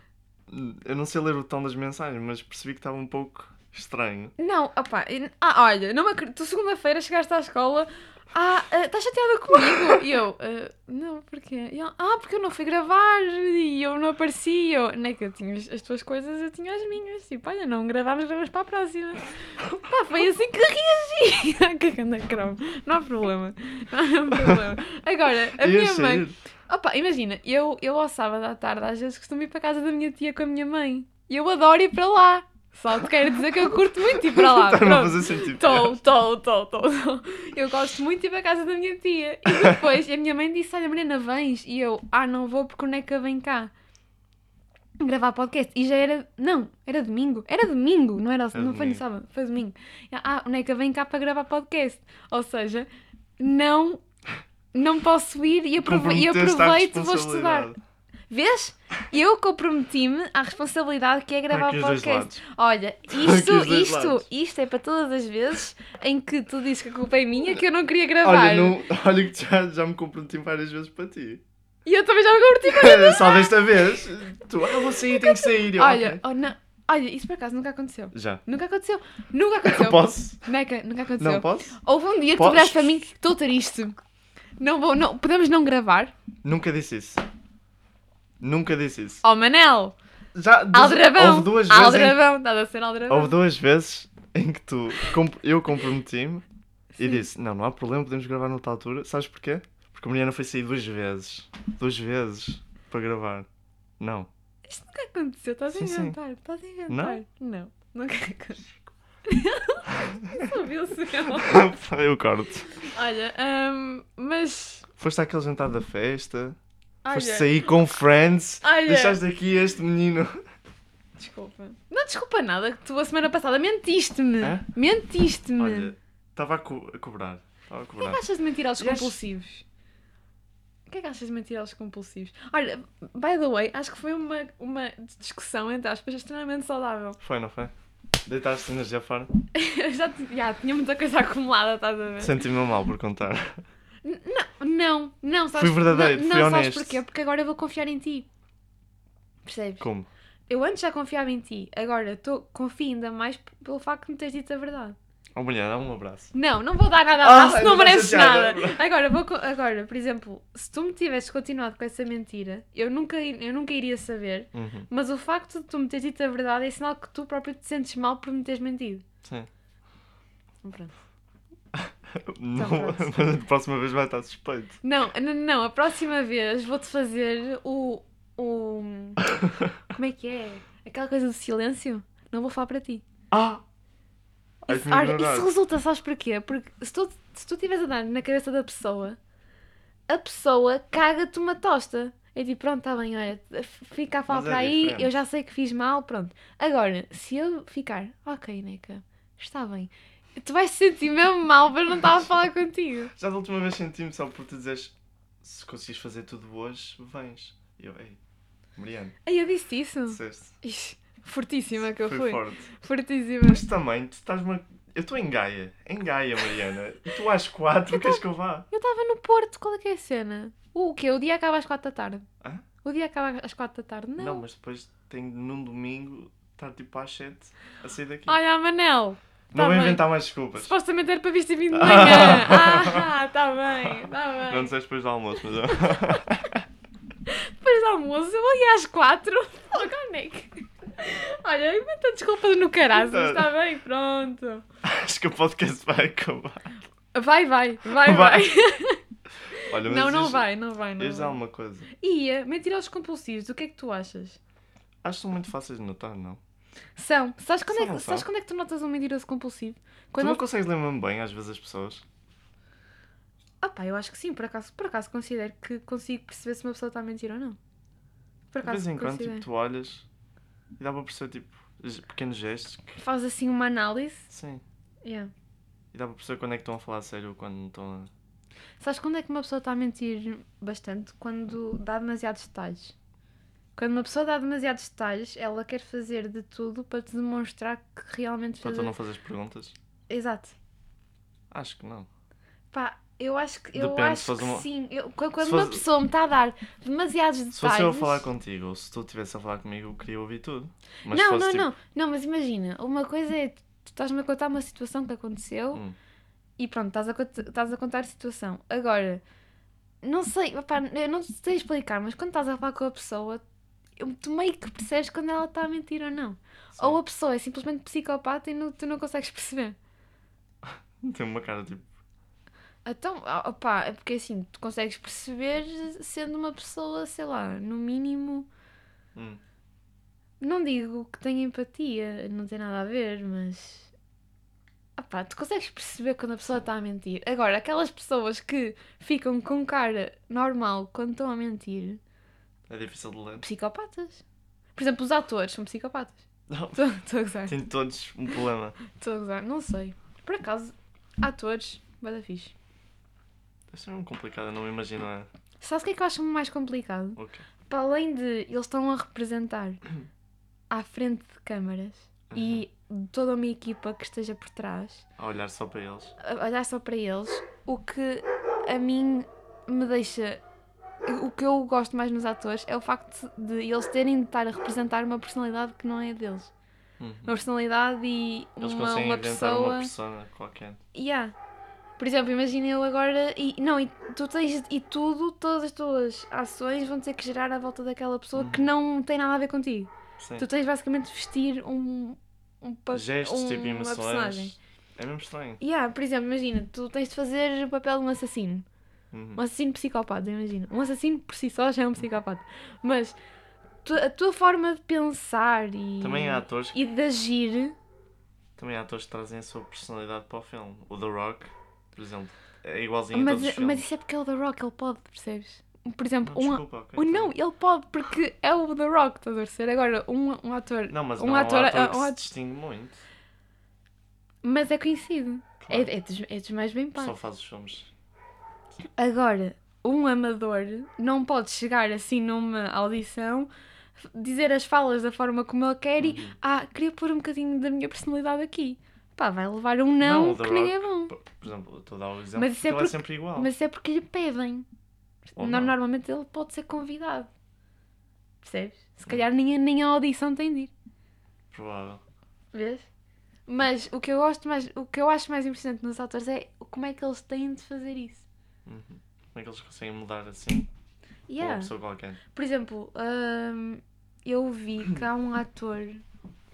[SPEAKER 1] eu não sei ler o tom das mensagens, mas percebi que estava um pouco estranho.
[SPEAKER 2] Não, opá, eu- ah, olha, não me acredito. Tu segunda-feira chegaste à escola. Ah, ah, estás chateada comigo? E eu, ah, não, porquê? E ela, ah, porque eu não fui gravar e eu não apareci. E eu, Neca, tinhas as tuas coisas, eu tinha as minhas. Tipo, olha, não gravámos, gravamos para a próxima. Pá, foi assim que reagi. Ah, Cagando a cromo. Não há problema. Não há problema. Agora, a
[SPEAKER 1] Eu
[SPEAKER 2] minha
[SPEAKER 1] saí.
[SPEAKER 2] mãe. Opa, imagina, eu, eu ao sábado à tarde às vezes costumo ir para a casa da minha tia com a minha mãe. E eu adoro ir para lá. Só te quero dizer que eu curto muito ir para lá.
[SPEAKER 1] Está-me a
[SPEAKER 2] Pronto.
[SPEAKER 1] fazer Tá, sentido. É,
[SPEAKER 2] Estou, estou, estou, estou. Eu gosto muito de ir para a casa da minha tia. E depois a minha mãe disse: Olha, Mariana, vens? E eu: Ah, não vou porque o Neca vem cá gravar podcast. E já era. Não, era domingo. Era domingo, não, era, não foi no
[SPEAKER 1] domingo.
[SPEAKER 2] sábado, foi domingo. E, Ah, o Neca vem cá para gravar podcast. Ou seja, não. Não posso ir e aprove- e
[SPEAKER 1] Comprometeste à
[SPEAKER 2] aproveito, vou estudar.
[SPEAKER 1] responsabilidade.
[SPEAKER 2] Vês? Eu comprometi-me à responsabilidade que é gravar
[SPEAKER 1] Aqui
[SPEAKER 2] o
[SPEAKER 1] os dois
[SPEAKER 2] podcast.
[SPEAKER 1] lados.
[SPEAKER 2] Olha,
[SPEAKER 1] Tá Aqui
[SPEAKER 2] isto,
[SPEAKER 1] os dois
[SPEAKER 2] isto,
[SPEAKER 1] lados.
[SPEAKER 2] isto é para todas as vezes em que tu dizes que a culpa é minha que eu não queria gravar.
[SPEAKER 1] Olha, não- olha que já, já me comprometi várias vezes para ti.
[SPEAKER 2] E eu também já me comprometi.
[SPEAKER 1] É, Só desta vez. Tu, ah, vou sair, tenho que sair. Eu,
[SPEAKER 2] Olha,
[SPEAKER 1] ok.
[SPEAKER 2] oh, não. Olha, isso por acaso nunca aconteceu.
[SPEAKER 1] Já.
[SPEAKER 2] Nunca aconteceu. Nunca aconteceu.
[SPEAKER 1] Posso?
[SPEAKER 2] Neca, nunca aconteceu.
[SPEAKER 1] Não posso?
[SPEAKER 2] Houve um dia que tu
[SPEAKER 1] Posso?
[SPEAKER 2] viraste para mim, estou a ter isto. Não vou, não, podemos não gravar?
[SPEAKER 1] Nunca disse isso. Nunca disse isso.
[SPEAKER 2] Oh, Manel!
[SPEAKER 1] Já, duas-
[SPEAKER 2] Aldrabão!
[SPEAKER 1] houve duas vezes. em-
[SPEAKER 2] Aldrabão! Estás a ser aldrabão.
[SPEAKER 1] Houve duas vezes em que tu comp- eu comprometi-me e disse: Não, não há problema, podemos gravar noutra altura. Sabes porquê? Porque a Mariana foi sair duas vezes. Duas vezes para gravar. Não.
[SPEAKER 2] Isto nunca aconteceu, estás a
[SPEAKER 1] Sim, sim.
[SPEAKER 2] inventar. Estás a inventar. Não. Nunca aconteceu. Soube-se ela.
[SPEAKER 1] eu corto.
[SPEAKER 2] Olha, hum, mas.
[SPEAKER 1] Foste àquele jantar da festa. Foste
[SPEAKER 2] Olha,
[SPEAKER 1] sair com friends.
[SPEAKER 2] Olha.
[SPEAKER 1] Deixaste aqui este menino.
[SPEAKER 2] desculpa. Não desculpa nada, que tu a semana passada mentiste-me.
[SPEAKER 1] Hã?
[SPEAKER 2] Mentiste-me.
[SPEAKER 1] Olha, estava a, co- a cobrar. Estava a
[SPEAKER 2] O que é
[SPEAKER 1] cobrar.
[SPEAKER 2] que achas de mentir aos
[SPEAKER 1] Aliás-
[SPEAKER 2] compulsivos? O que é que achas de mentir aos compulsivos? Olha, by the way, acho que foi uma, uma discussão entre aspas extremamente saudável.
[SPEAKER 1] Foi, não foi? Deitaste energia fora.
[SPEAKER 2] Eu já, ti- já tinha muita coisa acumulada, estás a ver?
[SPEAKER 1] Senti-me mal por contar.
[SPEAKER 2] N- Não, não, não, sabes?
[SPEAKER 1] Fui verdadeiro,
[SPEAKER 2] não,
[SPEAKER 1] fui
[SPEAKER 2] não, sabes
[SPEAKER 1] honesto.
[SPEAKER 2] porquê? Porque agora eu vou confiar em ti. Percebes?
[SPEAKER 1] Como?
[SPEAKER 2] Eu antes já confiava em ti, agora tô, confio ainda mais p- pelo facto de me teres dito a verdade.
[SPEAKER 1] Oh, mulher, dá um abraço.
[SPEAKER 2] Não, não vou dar nada
[SPEAKER 1] Ah,
[SPEAKER 2] a ah, não
[SPEAKER 1] não
[SPEAKER 2] mereces
[SPEAKER 1] fazes
[SPEAKER 2] nada.
[SPEAKER 1] nada.
[SPEAKER 2] Agora, vou, co- agora, por exemplo, se tu me tivesses continuado com essa mentira, eu nunca, i- eu nunca iria saber,
[SPEAKER 1] Uhum,
[SPEAKER 2] mas o facto de tu me teres dito a verdade é sinal que tu próprio te sentes mal por me teres mentido.
[SPEAKER 1] sim.
[SPEAKER 2] Pronto. um
[SPEAKER 1] Não,
[SPEAKER 2] pronto.
[SPEAKER 1] mas da próxima vez vai estar suspeito.
[SPEAKER 2] Não, n- não, a próxima vez vou-te fazer o, o... Como é que é? Aquela coisa do silêncio? Não vou falar para ti.
[SPEAKER 1] Ah! Ai, é
[SPEAKER 2] Isso,
[SPEAKER 1] que me
[SPEAKER 2] olha,
[SPEAKER 1] ignoraste.
[SPEAKER 2] isso resulta, sabes porquê? Porque se tu, se tu tiveres a dar na cabeça da pessoa, a pessoa caga-te uma tosta. É tipo, pronto, está bem, olha, f- fica a falar
[SPEAKER 1] Mas é
[SPEAKER 2] para aí,
[SPEAKER 1] diferente.
[SPEAKER 2] eu já sei que fiz mal, pronto. Agora, se eu ficar, ok, Neca, está bem, tu vais sentir mesmo mal para não estar a falar contigo.
[SPEAKER 1] Já da última vez senti-me só por te dizeres se conseguires fazer tudo hoje, vens. E eu, ei, Mariana,
[SPEAKER 2] Aí eu disse isso.
[SPEAKER 1] disseste.
[SPEAKER 2] Ixi, fortíssima que eu
[SPEAKER 1] Foi
[SPEAKER 2] fui.
[SPEAKER 1] forte.
[SPEAKER 2] Fortíssima.
[SPEAKER 1] Mas também, tu estás-me. a- Eu estou em Gaia. Em Gaia, Mariana. E tu às quatro, queres que eu vá?
[SPEAKER 2] Eu estava no Porto, qual é que é a cena? O quê? O dia acaba às quatro da tarde.
[SPEAKER 1] Hã?
[SPEAKER 2] O dia acaba às quatro da tarde?
[SPEAKER 1] Não, mas depois tenho num domingo estar tipo às sete a sair daqui.
[SPEAKER 2] Olha, a Manel!
[SPEAKER 1] não
[SPEAKER 2] tá
[SPEAKER 1] vou
[SPEAKER 2] bem.
[SPEAKER 1] inventar mais desculpas.
[SPEAKER 2] Supostamente era para vista e vim de manhã! ah, tá bem, tá bem.
[SPEAKER 1] Não disseste depois do almoço, mas eu.
[SPEAKER 2] Depois do almoço, eu ia às quatro. Logo ao neck. Olha, inventa desculpas no caraças, está bem, pronto.
[SPEAKER 1] Acho que o podcast vai acabar.
[SPEAKER 2] Vai, vai, vai, vai.
[SPEAKER 1] Vai. Olha, mas
[SPEAKER 2] Não, não
[SPEAKER 1] isto-
[SPEAKER 2] vai, não vai, não
[SPEAKER 1] Isto é
[SPEAKER 2] vai.
[SPEAKER 1] uma coisa.
[SPEAKER 2] Ia, mentirosos compulsivos, o que é que tu achas?
[SPEAKER 1] Acho que são muito fáceis de notar, não?
[SPEAKER 2] São. Sabes quando,
[SPEAKER 1] São,
[SPEAKER 2] é, que-
[SPEAKER 1] não
[SPEAKER 2] sabes
[SPEAKER 1] são?
[SPEAKER 2] quando é que tu notas um mentiroso compulsivo?
[SPEAKER 1] Tu
[SPEAKER 2] Quando
[SPEAKER 1] não
[SPEAKER 2] ele...
[SPEAKER 1] consegues lembrar-me bem, às vezes, as pessoas.
[SPEAKER 2] Ah pá, eu acho que sim, por acaso, por acaso considero que consigo perceber se uma pessoa está a mentir ou não. Por
[SPEAKER 1] De vez
[SPEAKER 2] acaso
[SPEAKER 1] em quando,
[SPEAKER 2] considero.
[SPEAKER 1] tipo, tu olhas e dá para perceber, tipo, ge- pequenos gestos. que-
[SPEAKER 2] Faz assim uma análise.
[SPEAKER 1] Sim.
[SPEAKER 2] Yeah.
[SPEAKER 1] E dá para perceber quando é que estão a falar a sério ou quando não estão a...
[SPEAKER 2] Sabes quando é que uma pessoa está a mentir bastante? Quando dá demasiados detalhes. Quando uma pessoa dá demasiados detalhes, ela quer fazer de tudo para te demonstrar que realmente
[SPEAKER 1] Para
[SPEAKER 2] fez.
[SPEAKER 1] tu não fazeres perguntas?
[SPEAKER 2] Exato.
[SPEAKER 1] Acho que não.
[SPEAKER 2] Pá, eu acho que, eu
[SPEAKER 1] Depende, se
[SPEAKER 2] acho
[SPEAKER 1] fosse
[SPEAKER 2] que
[SPEAKER 1] uma-
[SPEAKER 2] sim. Eu- quando
[SPEAKER 1] se
[SPEAKER 2] uma
[SPEAKER 1] fosse-
[SPEAKER 2] pessoa me está a dar demasiados detalhes.
[SPEAKER 1] Se fosse eu a falar contigo ou se tu estivesse a falar comigo, eu queria ouvir tudo. Mas se
[SPEAKER 2] não,
[SPEAKER 1] fosse,
[SPEAKER 2] não,
[SPEAKER 1] tipo,
[SPEAKER 2] não. Não, mas imagina, uma coisa é tu estás-me a contar uma situação que aconteceu
[SPEAKER 1] Hum.
[SPEAKER 2] e pronto, estás a, cont- estás a contar a situação. Agora, não sei, opá, eu não sei explicar, mas quando estás a falar com a pessoa, eu- tu meio que percebes quando ela está a mentir ou não.
[SPEAKER 1] sim.
[SPEAKER 2] Ou a pessoa é simplesmente psicopata e não- tu não consegues perceber.
[SPEAKER 1] Tem uma cara, tipo...
[SPEAKER 2] Então, ah, opá, é porque assim, tu consegues perceber sendo uma pessoa, sei lá, no mínimo.
[SPEAKER 1] hum.
[SPEAKER 2] Não digo que tenha empatia, não tem nada a ver, mas. Ah pá, tu consegues perceber quando a pessoa está a mentir. Agora, aquelas pessoas que ficam com cara normal quando estão a mentir,
[SPEAKER 1] É difícil de ler.
[SPEAKER 2] psicopatas. Por exemplo, os atores são psicopatas.
[SPEAKER 1] Não.
[SPEAKER 2] Estou estou a gozar,
[SPEAKER 1] Tem todos um problema.
[SPEAKER 2] estou a gozar, não sei. Por acaso, atores, bada fixe.
[SPEAKER 1] Isto é mesmo complicado, eu não me imagino. É...
[SPEAKER 2] Sabes o que é que eu acho mais complicado?
[SPEAKER 1] Ok.
[SPEAKER 2] Para além de eles estão a representar à frente de câmaras e toda uma equipa que esteja por trás,
[SPEAKER 1] A olhar só para eles.
[SPEAKER 2] a olhar só para eles, o que a mim me deixa. O que eu gosto mais nos atores é o facto de eles terem de estar a representar uma personalidade que não é deles.
[SPEAKER 1] Uhum.
[SPEAKER 2] Uma personalidade e
[SPEAKER 1] Eles
[SPEAKER 2] uma,
[SPEAKER 1] conseguem
[SPEAKER 2] uma
[SPEAKER 1] inventar
[SPEAKER 2] pessoa.
[SPEAKER 1] uma persona qualquer.
[SPEAKER 2] Yeah. Por exemplo, imagina eu agora e não, e tu tens e tudo, todas as tuas ações vão ter que gerar à volta daquela pessoa que não tem nada a ver contigo.
[SPEAKER 1] Uhum. Sim.
[SPEAKER 2] Tu tens basicamente de vestir um um pa-
[SPEAKER 1] Gestos,
[SPEAKER 2] um-
[SPEAKER 1] tipo
[SPEAKER 2] uma personagem.
[SPEAKER 1] emoções. É mesmo estranho.
[SPEAKER 2] Yeah, por exemplo, imagina, tu tens de fazer o papel de um assassino.
[SPEAKER 1] Uhum.
[SPEAKER 2] Um assassino psicopata, imagina. Um assassino por si só já é um psicopata. Mas tu- a tua forma de pensar e
[SPEAKER 1] Também há atores
[SPEAKER 2] e de agir
[SPEAKER 1] Também há atores que trazem a sua personalidade para o filme. O The Rock, por exemplo, é igualzinho a todos os
[SPEAKER 2] Mas,
[SPEAKER 1] filmes.
[SPEAKER 2] mas isso é porque é o The Rock, ele pode, percebes? Por exemplo,
[SPEAKER 1] Não,
[SPEAKER 2] um,
[SPEAKER 1] desculpa, ok,
[SPEAKER 2] um-
[SPEAKER 1] tá
[SPEAKER 2] não,
[SPEAKER 1] bem.
[SPEAKER 2] ele pode porque é o The Rock, estás a perceber? Agora, um, um ator.
[SPEAKER 1] Não, mas
[SPEAKER 2] um
[SPEAKER 1] não,
[SPEAKER 2] ator,
[SPEAKER 1] há ator que
[SPEAKER 2] um
[SPEAKER 1] se
[SPEAKER 2] ator-
[SPEAKER 1] distingue muito.
[SPEAKER 2] Mas é conhecido.
[SPEAKER 1] Claro.
[SPEAKER 2] É, é, dos, é dos mais bem
[SPEAKER 1] Só
[SPEAKER 2] pagos.
[SPEAKER 1] faz os filmes.
[SPEAKER 2] Agora, um amador não pode chegar assim numa audição, f- dizer as falas da forma como ele quer e.
[SPEAKER 1] Uhum.
[SPEAKER 2] Ah, queria pôr um bocadinho da minha personalidade aqui. Pá, vai levar um não,
[SPEAKER 1] Não, o The
[SPEAKER 2] que nem
[SPEAKER 1] Rock-
[SPEAKER 2] é bom.
[SPEAKER 1] Por por exemplo, eu estou a dar o exemplo
[SPEAKER 2] Mas
[SPEAKER 1] mas
[SPEAKER 2] isso é
[SPEAKER 1] porque ele é
[SPEAKER 2] porque-
[SPEAKER 1] sempre igual.
[SPEAKER 2] Mas é porque lhe pedem.
[SPEAKER 1] Ou
[SPEAKER 2] Nor-
[SPEAKER 1] não.
[SPEAKER 2] Normalmente ele pode ser convidado. Percebes? Se calhar nem, a- nem a audição tem de ir.
[SPEAKER 1] Provável.
[SPEAKER 2] Vês? Mas o que eu gosto mais, o que eu acho mais impressionante nos atores é como é que eles têm de fazer isso.
[SPEAKER 1] Como é que eles conseguem mudar assim para uma
[SPEAKER 2] Yeah.
[SPEAKER 1] pessoa qualquer?
[SPEAKER 2] Por exemplo, hum, eu vi que há um ator,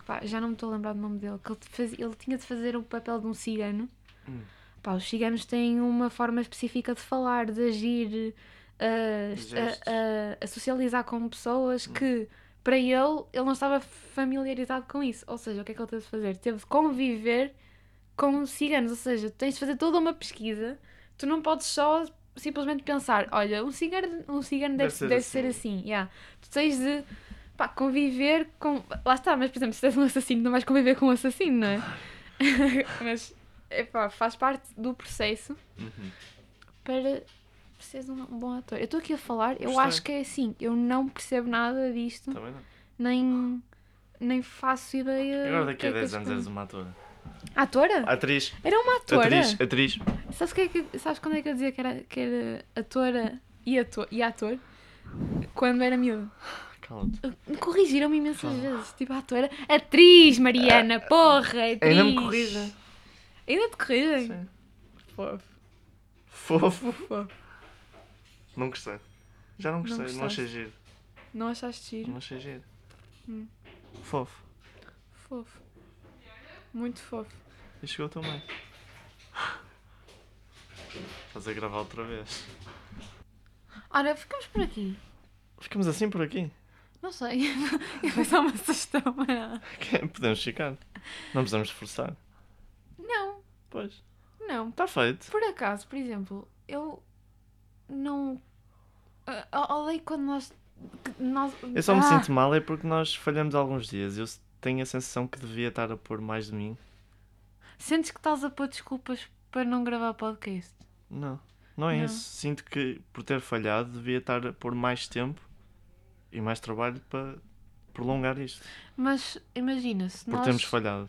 [SPEAKER 2] pá, já não me estou a lembrar do nome dele, que ele, te faz- ele tinha de fazer o papel de um cigano.
[SPEAKER 1] Hum.
[SPEAKER 2] Pá, os ciganos têm uma forma específica de falar, de agir, eh, a-
[SPEAKER 1] Gestos.
[SPEAKER 2] eh,
[SPEAKER 1] Hum.
[SPEAKER 2] a, a- a socializar com pessoas que, para ele, ele não estava familiarizado com isso. Ou seja, o que é que ele teve de fazer? Teve de conviver com ciganos, ou seja, tens de fazer toda uma pesquisa, tu não podes só simplesmente pensar, olha, um cigano, um cigano deve, deve ser assim, yeah. tu tens de pá, conviver com. Lá está, mas por exemplo, se tens um assassino, não vais conviver com um assassino, não é? mas epá, faz parte do processo
[SPEAKER 1] Uhum.
[SPEAKER 2] Hum. para seres um bom ator. Eu estou aqui a falar, eu
[SPEAKER 1] Gostei. Tá
[SPEAKER 2] acho que é assim, eu não percebo nada disto,
[SPEAKER 1] Também não.
[SPEAKER 2] nem, nem faço ideia.
[SPEAKER 1] Agora
[SPEAKER 2] do
[SPEAKER 1] daqui
[SPEAKER 2] que
[SPEAKER 1] a
[SPEAKER 2] é que
[SPEAKER 1] 10
[SPEAKER 2] eu
[SPEAKER 1] anos
[SPEAKER 2] estou-
[SPEAKER 1] és um Ah, é uma atora.
[SPEAKER 2] Atora?
[SPEAKER 1] Atriz.
[SPEAKER 2] Era uma atora.
[SPEAKER 1] Atriz. Atriz.
[SPEAKER 2] Sabes, que é que- sabes quando é que eu dizia que era, que era atora e ator, e ator? Quando era miúdo.
[SPEAKER 1] Cala-te.
[SPEAKER 2] Corrigiram-me imensas vezes. Tipo, a atora. Atriz, Mariana, porra, atriz.
[SPEAKER 1] Ah, Ainda me corrigem.
[SPEAKER 2] Ainda te corrigem?
[SPEAKER 1] Sim.
[SPEAKER 2] Fofo,
[SPEAKER 1] Fofo.
[SPEAKER 2] fofo.
[SPEAKER 1] Não gostei. Já não gostei. Não,
[SPEAKER 2] gostaste. Hum.
[SPEAKER 1] achei giro.
[SPEAKER 2] Não achaste giro?
[SPEAKER 1] Não achei giro. Fofo.
[SPEAKER 2] Fofo. Muito fofo.
[SPEAKER 1] E chegou também. Estás a gravar outra vez.
[SPEAKER 2] Ora, ficamos por aqui.
[SPEAKER 1] Ficamos assim por aqui?
[SPEAKER 2] Não sei. Foi só uma sugestão. mas nada.
[SPEAKER 1] Podemos ficar. Não precisamos esforçar.
[SPEAKER 2] Não,
[SPEAKER 1] Pois.
[SPEAKER 2] não.
[SPEAKER 1] Está feito.
[SPEAKER 2] Por acaso, por exemplo, eu não. Ah, odeio quando nós. que nós
[SPEAKER 1] Eu só me
[SPEAKER 2] Ah!
[SPEAKER 1] sinto mal é porque nós falhamos alguns dias. Eu s- tenho a sensação que devia estar a pôr mais de mim.
[SPEAKER 2] Sentes que estás a pôr desculpas para não gravar podcast?
[SPEAKER 1] Não. Não é
[SPEAKER 2] Não.
[SPEAKER 1] isso. Sinto que por ter falhado devia estar a pôr mais tempo e mais trabalho para prolongar isto.
[SPEAKER 2] Mas imagina, se
[SPEAKER 1] Porque
[SPEAKER 2] nós.
[SPEAKER 1] temos falhado.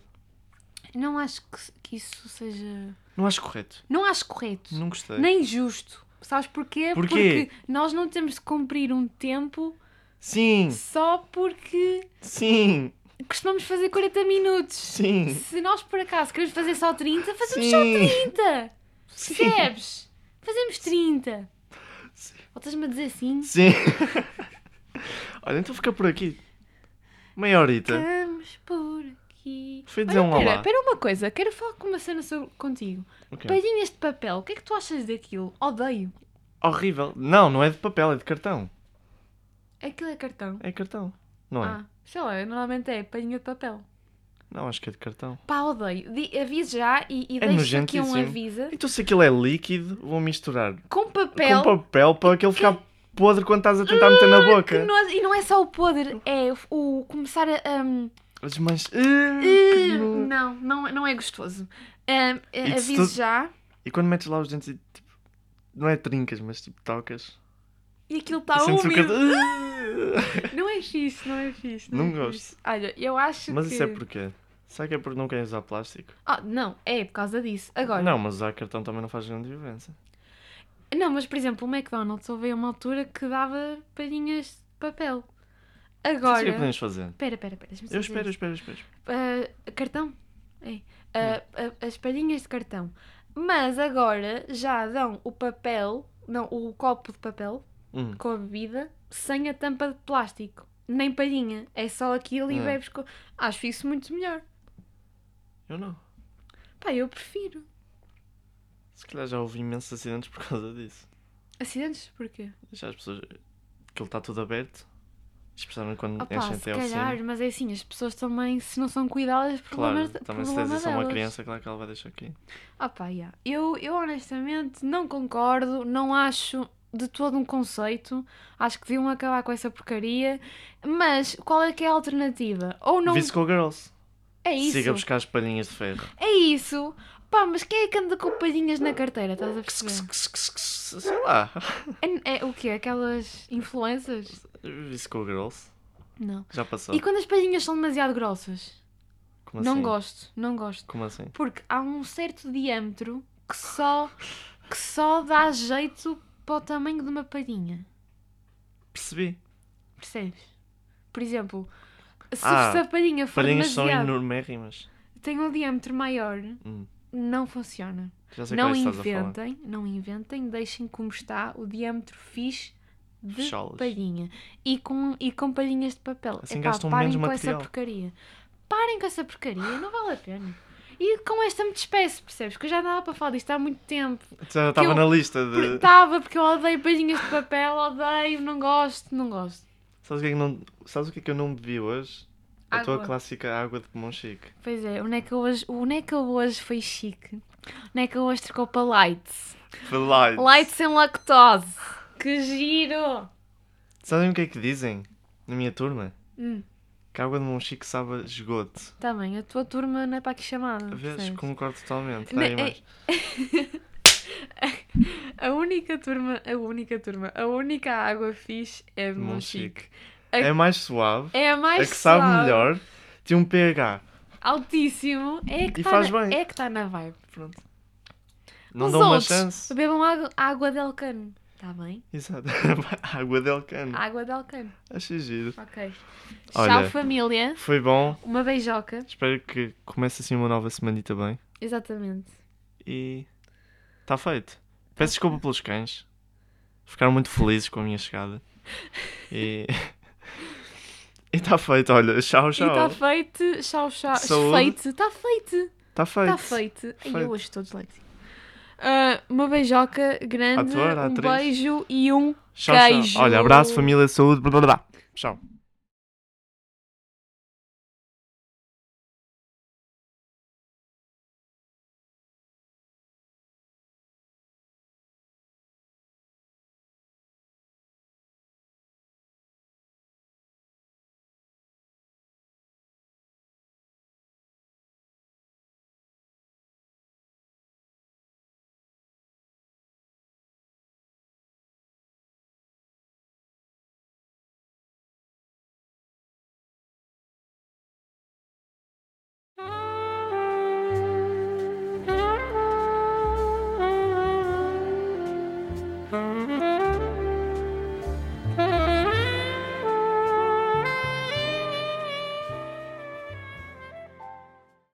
[SPEAKER 2] Não acho que, que isso seja.
[SPEAKER 1] Não acho correto.
[SPEAKER 2] Não acho correto.
[SPEAKER 1] Não gostei.
[SPEAKER 2] Nem justo. Sabes porquê?
[SPEAKER 1] Porquê?
[SPEAKER 2] Porque nós não temos de cumprir um tempo
[SPEAKER 1] Sim!
[SPEAKER 2] só porque
[SPEAKER 1] Sim!
[SPEAKER 2] costumamos fazer 40 minutos.
[SPEAKER 1] Sim!
[SPEAKER 2] Se nós por acaso queremos fazer só 30, fazemos
[SPEAKER 1] Sim.
[SPEAKER 2] só 30!
[SPEAKER 1] Sim!
[SPEAKER 2] Percebes? Fazemos 30.
[SPEAKER 1] Sim.
[SPEAKER 2] Voltas-me a dizer sim?
[SPEAKER 1] Sim. Olha, então fica por aqui. Meia horita.
[SPEAKER 2] Estamos por aqui.
[SPEAKER 1] Fui dizer um
[SPEAKER 2] pera,
[SPEAKER 1] olá.
[SPEAKER 2] pera uma coisa, quero falar com uma cena sobre, contigo.
[SPEAKER 1] Ok.
[SPEAKER 2] Palhinhas de papel, o que é que tu achas daquilo? Odeio.
[SPEAKER 1] Horrível. Não, não é de papel, é de cartão.
[SPEAKER 2] Aquilo é cartão.
[SPEAKER 1] É cartão. Não é?
[SPEAKER 2] Ah, sei lá, normalmente é palhinha de papel.
[SPEAKER 1] Não, acho que é de cartão.
[SPEAKER 2] Pá, odeio. Di- avise já e, e
[SPEAKER 1] É
[SPEAKER 2] deixo aqui um
[SPEAKER 1] nojentíssimo.
[SPEAKER 2] avisa.
[SPEAKER 1] Então se aquilo é líquido, vou misturar
[SPEAKER 2] Com papel. Ah,
[SPEAKER 1] com papel para aquilo ficar podre quando estás a tentar meter na
[SPEAKER 2] que
[SPEAKER 1] boca.
[SPEAKER 2] não- e não é só o podre, é o, o começar a. um,
[SPEAKER 1] Mas, mas... Ah,
[SPEAKER 2] eh,
[SPEAKER 1] que nojo.
[SPEAKER 2] não, não, não é gostoso. Um, eh,
[SPEAKER 1] E de
[SPEAKER 2] avise
[SPEAKER 1] tudo-
[SPEAKER 2] já.
[SPEAKER 1] é E quando metes lá os dentes e tipo... Não é trincas, mas tipo tocas.
[SPEAKER 2] E aquilo está
[SPEAKER 1] Sentes "Ah!" um
[SPEAKER 2] úmido.
[SPEAKER 1] bocado-
[SPEAKER 2] Não é fixe, não é fixe. Não,
[SPEAKER 1] Não
[SPEAKER 2] é
[SPEAKER 1] gosto.
[SPEAKER 2] fixe. Olha, eu acho
[SPEAKER 1] Mas
[SPEAKER 2] que.
[SPEAKER 1] isso é porquê? Será que é porque não querem usar plástico?
[SPEAKER 2] Ah, não, é por causa disso. Agora, não.
[SPEAKER 1] Não, mas usar cartão também não faz grande diferença.
[SPEAKER 2] mas por exemplo, o McDonald's houve aí uma altura que dava palhinhas de papel.
[SPEAKER 1] Sabes o que é que
[SPEAKER 2] Agora.
[SPEAKER 1] podemos fazer?
[SPEAKER 2] Espera, espera, espera. deixa-me só
[SPEAKER 1] Eu
[SPEAKER 2] dizer
[SPEAKER 1] espero, eu
[SPEAKER 2] isto.
[SPEAKER 1] espero, eu espero.
[SPEAKER 2] Ah, cartão? É. Ah, ah, as palhinhas de cartão. Mas agora já dão o papel, não, o copo de papel
[SPEAKER 1] Hum.
[SPEAKER 2] com a bebida sem a tampa de plástico. Nem palhinha. É só aquilo e
[SPEAKER 1] É.
[SPEAKER 2] bebes com. Acho isso muito melhor.
[SPEAKER 1] Eu não.
[SPEAKER 2] Pá, eu prefiro.
[SPEAKER 1] Se calhar já houve imensos acidentes por causa disso.
[SPEAKER 2] Acidentes? Porquê?
[SPEAKER 1] Deixar as pessoas. Aquilo está tudo aberto. Especialmente quando
[SPEAKER 2] Opa,
[SPEAKER 1] enchem
[SPEAKER 2] se
[SPEAKER 1] até ao cima.
[SPEAKER 2] calhar, mas é assim, as pessoas também, se não são cuidadas,
[SPEAKER 1] Claro,
[SPEAKER 2] problemas
[SPEAKER 1] também se
[SPEAKER 2] problema
[SPEAKER 1] tens isso a uma
[SPEAKER 2] delas.
[SPEAKER 1] criança, claro que ela vai deixar aqui.
[SPEAKER 2] Opa, yeah. eu, eu honestamente não concordo, não acho de todo um conceito, acho que deviam acabar com essa porcaria, mas qual é que é a alternativa? Ou não...
[SPEAKER 1] Visco Girls.
[SPEAKER 2] É isso,
[SPEAKER 1] Siga buscar as palhinhas de ferro.
[SPEAKER 2] é isso. Pá, mas quem é que anda com palhinhas na carteira, estás a perceber?
[SPEAKER 1] Sei lá.
[SPEAKER 2] É, é o quê? Aquelas influências?
[SPEAKER 1] Visco Girls.
[SPEAKER 2] Não.
[SPEAKER 1] Já passou.
[SPEAKER 2] E quando as palhinhas são demasiado grossas?
[SPEAKER 1] Como
[SPEAKER 2] Não
[SPEAKER 1] assim?
[SPEAKER 2] gosto, não gosto.
[SPEAKER 1] Como assim?
[SPEAKER 2] Porque há um certo diâmetro que só, que só dá jeito para o tamanho de uma palhinha.
[SPEAKER 1] Percebi.
[SPEAKER 2] Percebes? Por exemplo, se,
[SPEAKER 1] Ah,
[SPEAKER 2] se a palhinha for
[SPEAKER 1] Palhinhas são
[SPEAKER 2] demasiado,
[SPEAKER 1] enormérrimas.
[SPEAKER 2] tem um diâmetro maior,
[SPEAKER 1] Hum.
[SPEAKER 2] não funciona.
[SPEAKER 1] Já sei
[SPEAKER 2] não
[SPEAKER 1] quais estás a falar.
[SPEAKER 2] inventem, não inventem, deixem como está o diâmetro fixe de
[SPEAKER 1] Fechá-las.
[SPEAKER 2] palhinha. E com, e com palhinhas de papel.
[SPEAKER 1] Assim
[SPEAKER 2] Epá,
[SPEAKER 1] gastam
[SPEAKER 2] parem
[SPEAKER 1] menos
[SPEAKER 2] com
[SPEAKER 1] material.
[SPEAKER 2] essa porcaria. Parem com essa porcaria, não vale a pena. E com esta me despeço, percebes? Que eu já dava para falar disto há muito tempo.
[SPEAKER 1] Já estava
[SPEAKER 2] eu-
[SPEAKER 1] na lista de.
[SPEAKER 2] Estava, porque eu odeio palhinhas de papel, odeio, não gosto, não gosto.
[SPEAKER 1] Sabes o que é que, não... Sabes o que, é que eu não bebi hoje? A tua
[SPEAKER 2] Água.
[SPEAKER 1] clássica água de pulmão chique.
[SPEAKER 2] Pois é, o Neca hoje, o Neca hoje foi chique. O Neca hoje trocou para Lights.
[SPEAKER 1] Foi Light.
[SPEAKER 2] Lights sem lactose. Que giro!
[SPEAKER 1] Sabem o que é que dizem na minha turma?
[SPEAKER 2] Hum,
[SPEAKER 1] Que a água de pulmão chique sabe a esgoto.
[SPEAKER 2] tá bem, a tua turma não é para aqui chamada.
[SPEAKER 1] A vezes
[SPEAKER 2] percebes?
[SPEAKER 1] concordo totalmente.
[SPEAKER 2] Não,
[SPEAKER 1] Daí,
[SPEAKER 2] é-
[SPEAKER 1] mas...
[SPEAKER 2] A única turma, a única turma, a única água fixe é de
[SPEAKER 1] Pulmão
[SPEAKER 2] Monchique.
[SPEAKER 1] chique.
[SPEAKER 2] A-
[SPEAKER 1] É mais suave.
[SPEAKER 2] É a
[SPEAKER 1] É
[SPEAKER 2] mais
[SPEAKER 1] que sabe
[SPEAKER 2] suave,
[SPEAKER 1] melhor. Tinha um pH.
[SPEAKER 2] Altíssimo. É que
[SPEAKER 1] E
[SPEAKER 2] tá
[SPEAKER 1] faz
[SPEAKER 2] na,
[SPEAKER 1] bem.
[SPEAKER 2] É que está na vibe.
[SPEAKER 1] Pronto. Não
[SPEAKER 2] Os
[SPEAKER 1] dão uma
[SPEAKER 2] outros,
[SPEAKER 1] chance.
[SPEAKER 2] Bebam água, água de Alcano. Está bem?
[SPEAKER 1] Exato. água de Alcano.
[SPEAKER 2] Água de Alcano.
[SPEAKER 1] Achei giro.
[SPEAKER 2] Ok.
[SPEAKER 1] Hum. Olha.
[SPEAKER 2] Tchau, família.
[SPEAKER 1] Foi bom.
[SPEAKER 2] Uma beijoca.
[SPEAKER 1] Espero que comece assim uma nova semanita bem.
[SPEAKER 2] Exatamente.
[SPEAKER 1] E está feito. Peço desculpa pelos cães. Ficaram muito felizes com a minha chegada. E está feito, olha. Tchau,
[SPEAKER 2] E tá está
[SPEAKER 1] tchau.
[SPEAKER 2] feito, tchau, tchau.
[SPEAKER 1] Saúde.
[SPEAKER 2] Feito, está feito,
[SPEAKER 1] Está Tá feito.
[SPEAKER 2] está tá feito. Ai,
[SPEAKER 1] Feito.
[SPEAKER 2] eu hoje estou dislexia. Ah, uma beijoca grande,
[SPEAKER 1] Ator,
[SPEAKER 2] um
[SPEAKER 1] atriz.
[SPEAKER 2] beijo e um
[SPEAKER 1] Tchau, tchau.
[SPEAKER 2] Queijo.
[SPEAKER 1] Olha, abraço, família, saúde. Blá, blá, blá. Tchau.